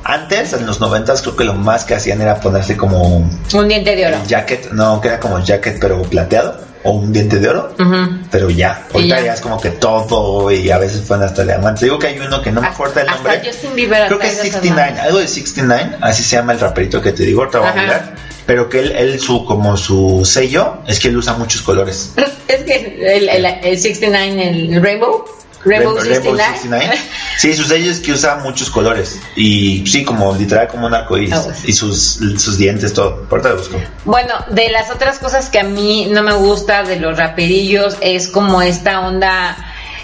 Speaker 8: Antes, en los noventas, creo que lo más que hacían era ponerse como
Speaker 7: un diente de oro
Speaker 8: el jacket, no, que era como jacket pero plateado, o un diente de oro.
Speaker 7: Ujú.
Speaker 8: Pero ya,
Speaker 7: Y
Speaker 8: ahorita
Speaker 7: ya.
Speaker 8: ya es como que todo y a veces fueron hasta diamantes. Digo que hay uno que no me
Speaker 7: Hasta-
Speaker 8: acuerdo el
Speaker 7: hasta
Speaker 8: nombre.
Speaker 7: Justin Bieber
Speaker 8: Creo que es
Speaker 7: trae esas
Speaker 8: 69,
Speaker 7: manos.
Speaker 8: algo de 69, así se llama el raperito que te digo, ahorita voy a
Speaker 7: Ajá.
Speaker 8: mirar. Pero que él, él su, como su sello, es que él usa muchos colores.
Speaker 7: es que el, el, el 69 el Rainbow Rainbow, 69,
Speaker 8: 69. Sí, sus sellos que usa muchos colores. Y sí, como literal, como un arcoíris.
Speaker 7: Ah, pues.
Speaker 8: Y sus, sus dientes, todo. Ahorita lo busco.
Speaker 7: Bueno, de las otras cosas que a mí no me gusta de los raperillos es como esta onda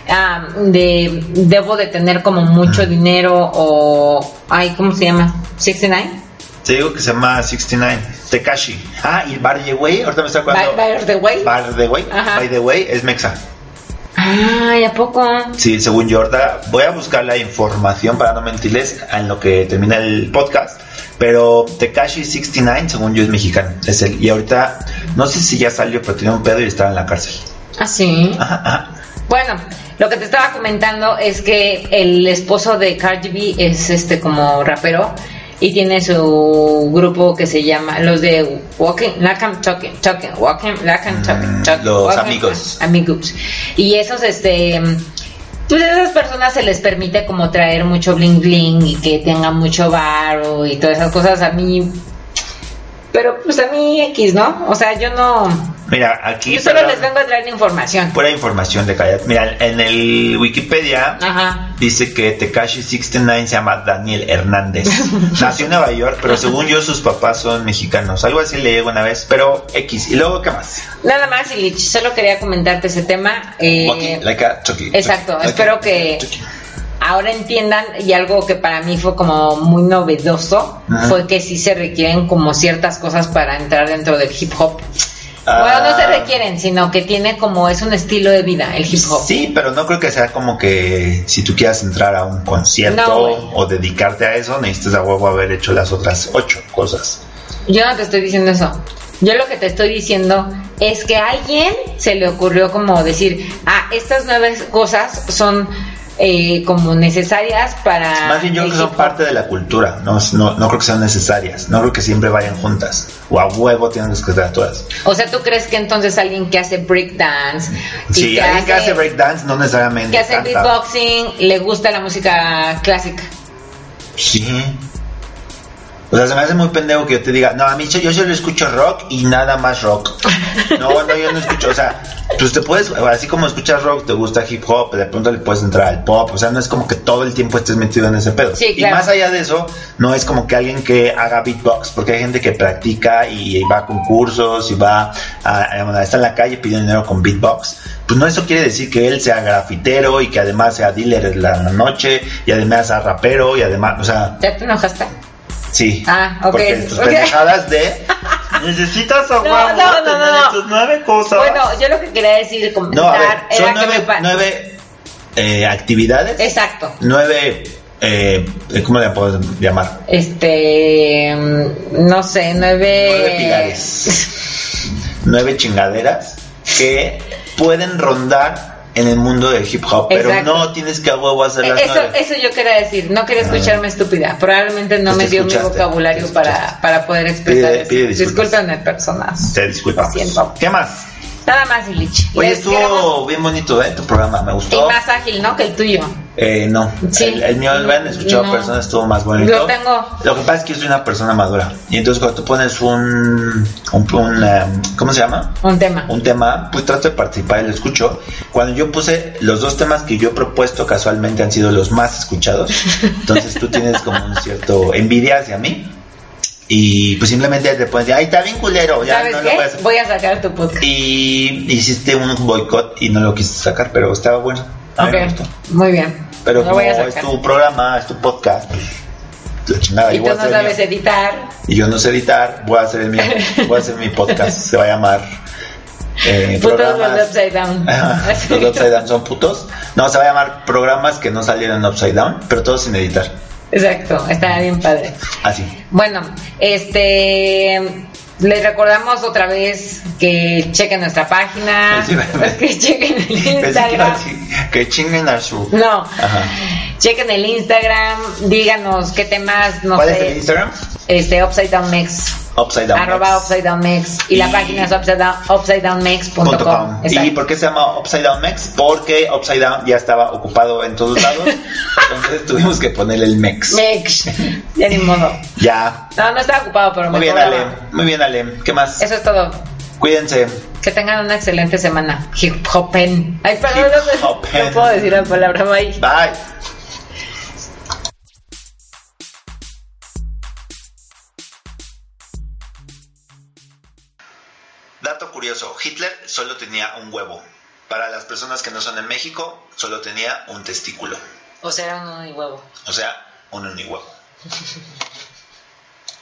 Speaker 7: ah, de debo de tener como mucho dinero o ay, ¿cómo se llama? 69.
Speaker 8: Te digo que se llama 69. Tekashi. Ah, y Bar de Way. Ahorita me está acordando.
Speaker 7: By, by the way.
Speaker 8: Bar de Way.
Speaker 7: Ajá.
Speaker 8: By the Way es Mexa.
Speaker 7: Ay, ¿a poco?
Speaker 8: Sí, según yo, ahorita voy a buscar la información para no mentirles en lo que termina el podcast. Pero Tekashi 69, según yo, es mexicano. Es él. Y ahorita, no sé si ya salió, pero tenía un pedo y estaba en la cárcel.
Speaker 7: Ah, sí.
Speaker 8: Ajá, ajá.
Speaker 7: Bueno, lo que te estaba comentando es que el esposo de Cardi B es este como rapero y tiene su grupo que se llama los de Walking, Nakam Talking, Talking, Walking, Nakam 'Em Talking,
Speaker 8: Mm,
Speaker 7: Talking.
Speaker 8: los
Speaker 7: Walking,
Speaker 8: amigos.
Speaker 7: Amigos. Y esos, este. Pues a esas personas se les permite como traer mucho bling bling y que tengan mucho varo y todas esas cosas. A mí. Pero pues a mí X, ¿no? O sea, yo no.
Speaker 8: Mira, aquí.
Speaker 7: Yo solo
Speaker 8: perdón,
Speaker 7: les vengo a traer información.
Speaker 8: Pura información de calidad. Mira, en el Wikipedia
Speaker 7: Ajá.
Speaker 8: dice que Tekashi 69 se llama Daniel Hernández. Nació en Nueva York, pero según yo sus papás son mexicanos. Algo así leí una vez, pero X. ¿Y luego qué más?
Speaker 7: Nada más, Ilich, solo quería comentarte ese tema. eh,
Speaker 8: Walking like a Chucky.
Speaker 7: exacto,
Speaker 8: Like a
Speaker 7: espero que-
Speaker 8: Chucky.
Speaker 7: ahora entiendan, y algo que para mí fue como muy novedoso,
Speaker 8: Ajá.
Speaker 7: fue que sí se requieren como ciertas cosas para entrar dentro del hip hop. Bueno, no se
Speaker 8: Ah,
Speaker 7: requieren, sino que tiene como, es un estilo de vida el hip hop.
Speaker 8: Sí, pero no creo que sea como que si tú quieras entrar a un concierto
Speaker 7: No, güey.
Speaker 8: o dedicarte a eso, necesitas a huevo haber hecho las otras ocho cosas.
Speaker 7: Yo no te estoy diciendo eso. Yo lo que te estoy diciendo es que a alguien se le ocurrió como decir, ah, estas nuevas cosas son eh, como necesarias para...
Speaker 8: Más bien yo
Speaker 7: el
Speaker 8: creo que son
Speaker 7: hip hop".
Speaker 8: parte de la cultura, no, no, no creo que sean necesarias, no creo que siempre vayan juntas, o a huevo tienes que estar todas.
Speaker 7: O sea, ¿tú crees que entonces alguien que hace breakdance, y
Speaker 8: Sí,
Speaker 7: que,
Speaker 8: alguien
Speaker 7: hace,
Speaker 8: que hace breakdance no necesariamente
Speaker 7: que hace
Speaker 8: canta.
Speaker 7: beatboxing, le gusta la música clásica?
Speaker 8: Sí, O sea, se me hace muy pendejo que yo te diga, no, a mí yo, yo solo escucho rock y nada más rock. No, no, yo no escucho, o sea, pues te puedes, así como escuchas rock, te gusta hip hop, de pronto le puedes entrar al pop, o sea, no es como que todo el tiempo estés metido en ese pedo.
Speaker 7: Sí, claro.
Speaker 8: Y más allá de eso, no es como que alguien que haga beatbox, porque hay gente que practica y va a concursos y va a, a- está en la calle pidiendo dinero con beatbox. Pues no, eso quiere decir que él sea grafitero y que además sea dealer en la noche y además sea rapero y además, o sea,
Speaker 7: ¿Ya te enojaste?
Speaker 8: Sí.
Speaker 7: Ah, ok,
Speaker 8: Porque tus
Speaker 7: ok.
Speaker 8: pendejadas de. Necesitas a
Speaker 7: No,
Speaker 8: huevo
Speaker 7: no, no,
Speaker 8: tener
Speaker 7: no, no.
Speaker 8: estas nueve cosas.
Speaker 7: Bueno, yo lo que quería decir,
Speaker 8: no, a ver,
Speaker 7: comentar,
Speaker 8: son
Speaker 7: era que
Speaker 8: nueve,
Speaker 7: me pa-
Speaker 8: nueve, eh, actividades.
Speaker 7: Exacto.
Speaker 8: Nueve. eh, ¿Cómo le puedo llamar?
Speaker 7: Este, mm, no sé, nueve...
Speaker 8: Nueve pilares. Nueve chingaderas que pueden rondar en el mundo del hip hop, pero
Speaker 7: Exacto.
Speaker 8: no tienes que a huevo hacer las
Speaker 7: Eso,
Speaker 8: nueve.
Speaker 7: eso yo quería decir, no quería escucharme estúpida. Probablemente no
Speaker 8: Pues te
Speaker 7: me dio mi
Speaker 8: escuchaste,
Speaker 7: vocabulario
Speaker 8: te
Speaker 7: para,
Speaker 8: escuchaste.
Speaker 7: para poder expresar.
Speaker 8: Pide-
Speaker 7: eso.
Speaker 8: pide disculpas.
Speaker 7: Discúlpenme, personas.
Speaker 8: Te disculpamos.
Speaker 7: Lo siento.
Speaker 8: ¿Qué más?
Speaker 7: Nada más, Ilich.
Speaker 8: Oye,
Speaker 7: Les queremos-
Speaker 8: estuvo bien bonito, ¿eh? Tu programa, me gustó.
Speaker 7: Y más ágil, ¿no? Que el tuyo.
Speaker 8: Eh, no,
Speaker 7: Sí.
Speaker 8: el, el mío lo han escuchado
Speaker 7: No.
Speaker 8: personas estuvo más bonito.
Speaker 7: Yo tengo.
Speaker 8: Lo que pasa es que yo soy una persona madura. Y entonces cuando tú pones un, un, un, um, ¿cómo se llama?
Speaker 7: Un tema.
Speaker 8: Un tema, pues trato de participar y lo escucho. Cuando yo puse los dos temas que yo he propuesto casualmente han sido los más escuchados. Entonces tú tienes como un cierto envidia hacia mí. Y pues simplemente te pones, ay, está bien culero, ya
Speaker 7: ¿Sabes
Speaker 8: no lo
Speaker 7: qué?
Speaker 8: voy a hacer.
Speaker 7: Voy a sacar tu podcast.
Speaker 8: Y hiciste un boicot y no lo quisiste sacar, pero estaba bueno. A mí me
Speaker 7: Ok,
Speaker 8: gustó.
Speaker 7: muy bien.
Speaker 8: Pero
Speaker 7: lo
Speaker 8: como
Speaker 7: voy a
Speaker 8: es
Speaker 7: sacar.
Speaker 8: tu programa, es tu podcast, pues, la chingada,
Speaker 7: Y tú
Speaker 8: yo voy a
Speaker 7: no
Speaker 8: hacer el
Speaker 7: sabes
Speaker 8: mío.
Speaker 7: editar.
Speaker 8: Y yo no sé editar, voy a hacer el mío, voy a hacer mi podcast, se va a llamar eh,
Speaker 7: Putos los
Speaker 8: programas-
Speaker 7: de upside down.
Speaker 8: los de Upside Down son putos. No, se va a llamar programas que no salieron en Upside Down, pero todos sin editar.
Speaker 7: Exacto, está bien padre.
Speaker 8: Así.
Speaker 7: Bueno, este les recordamos otra vez que chequen nuestra página,
Speaker 8: Sí, sí.
Speaker 7: que chequen el
Speaker 8: Pensé que, iba a
Speaker 7: Instagram.
Speaker 8: decir, que chinguen a su.
Speaker 7: No,
Speaker 8: Ajá.
Speaker 7: chequen el Instagram, díganos qué temas nos
Speaker 8: ¿Cuál es el Instagram?
Speaker 7: este Upside Down Mix,
Speaker 8: Upside Down.
Speaker 7: arroba
Speaker 8: Mex.
Speaker 7: Upside Down Mix y, la
Speaker 8: Y-
Speaker 7: página es upside down, upsidedownmex.com.
Speaker 8: Punto com.
Speaker 7: Exacto.
Speaker 8: ¿Y por qué se llama Upside Down Mex? Porque Upside Down ya estaba ocupado en todos lados. entonces tuvimos que ponerle el Mex.
Speaker 7: Mex, ya ni modo.
Speaker 8: Ya.
Speaker 7: No, no está ocupado, pero
Speaker 8: Muy
Speaker 7: me
Speaker 8: bien,
Speaker 7: acordaba.
Speaker 8: Ale. Muy bien, Ale. ¿Qué más?
Speaker 7: Eso es todo.
Speaker 8: Cuídense.
Speaker 7: Que tengan una excelente semana. Hip hopen. Ay, perdón, no,
Speaker 8: Hip hopen.
Speaker 7: no puedo decir la palabra, bye.
Speaker 8: Bye. Dato curioso, Hitler solo tenía un huevo. Para las personas que no son de México, solo tenía un testículo.
Speaker 7: O sea, no hay huevo.
Speaker 8: O sea, un unihuevo.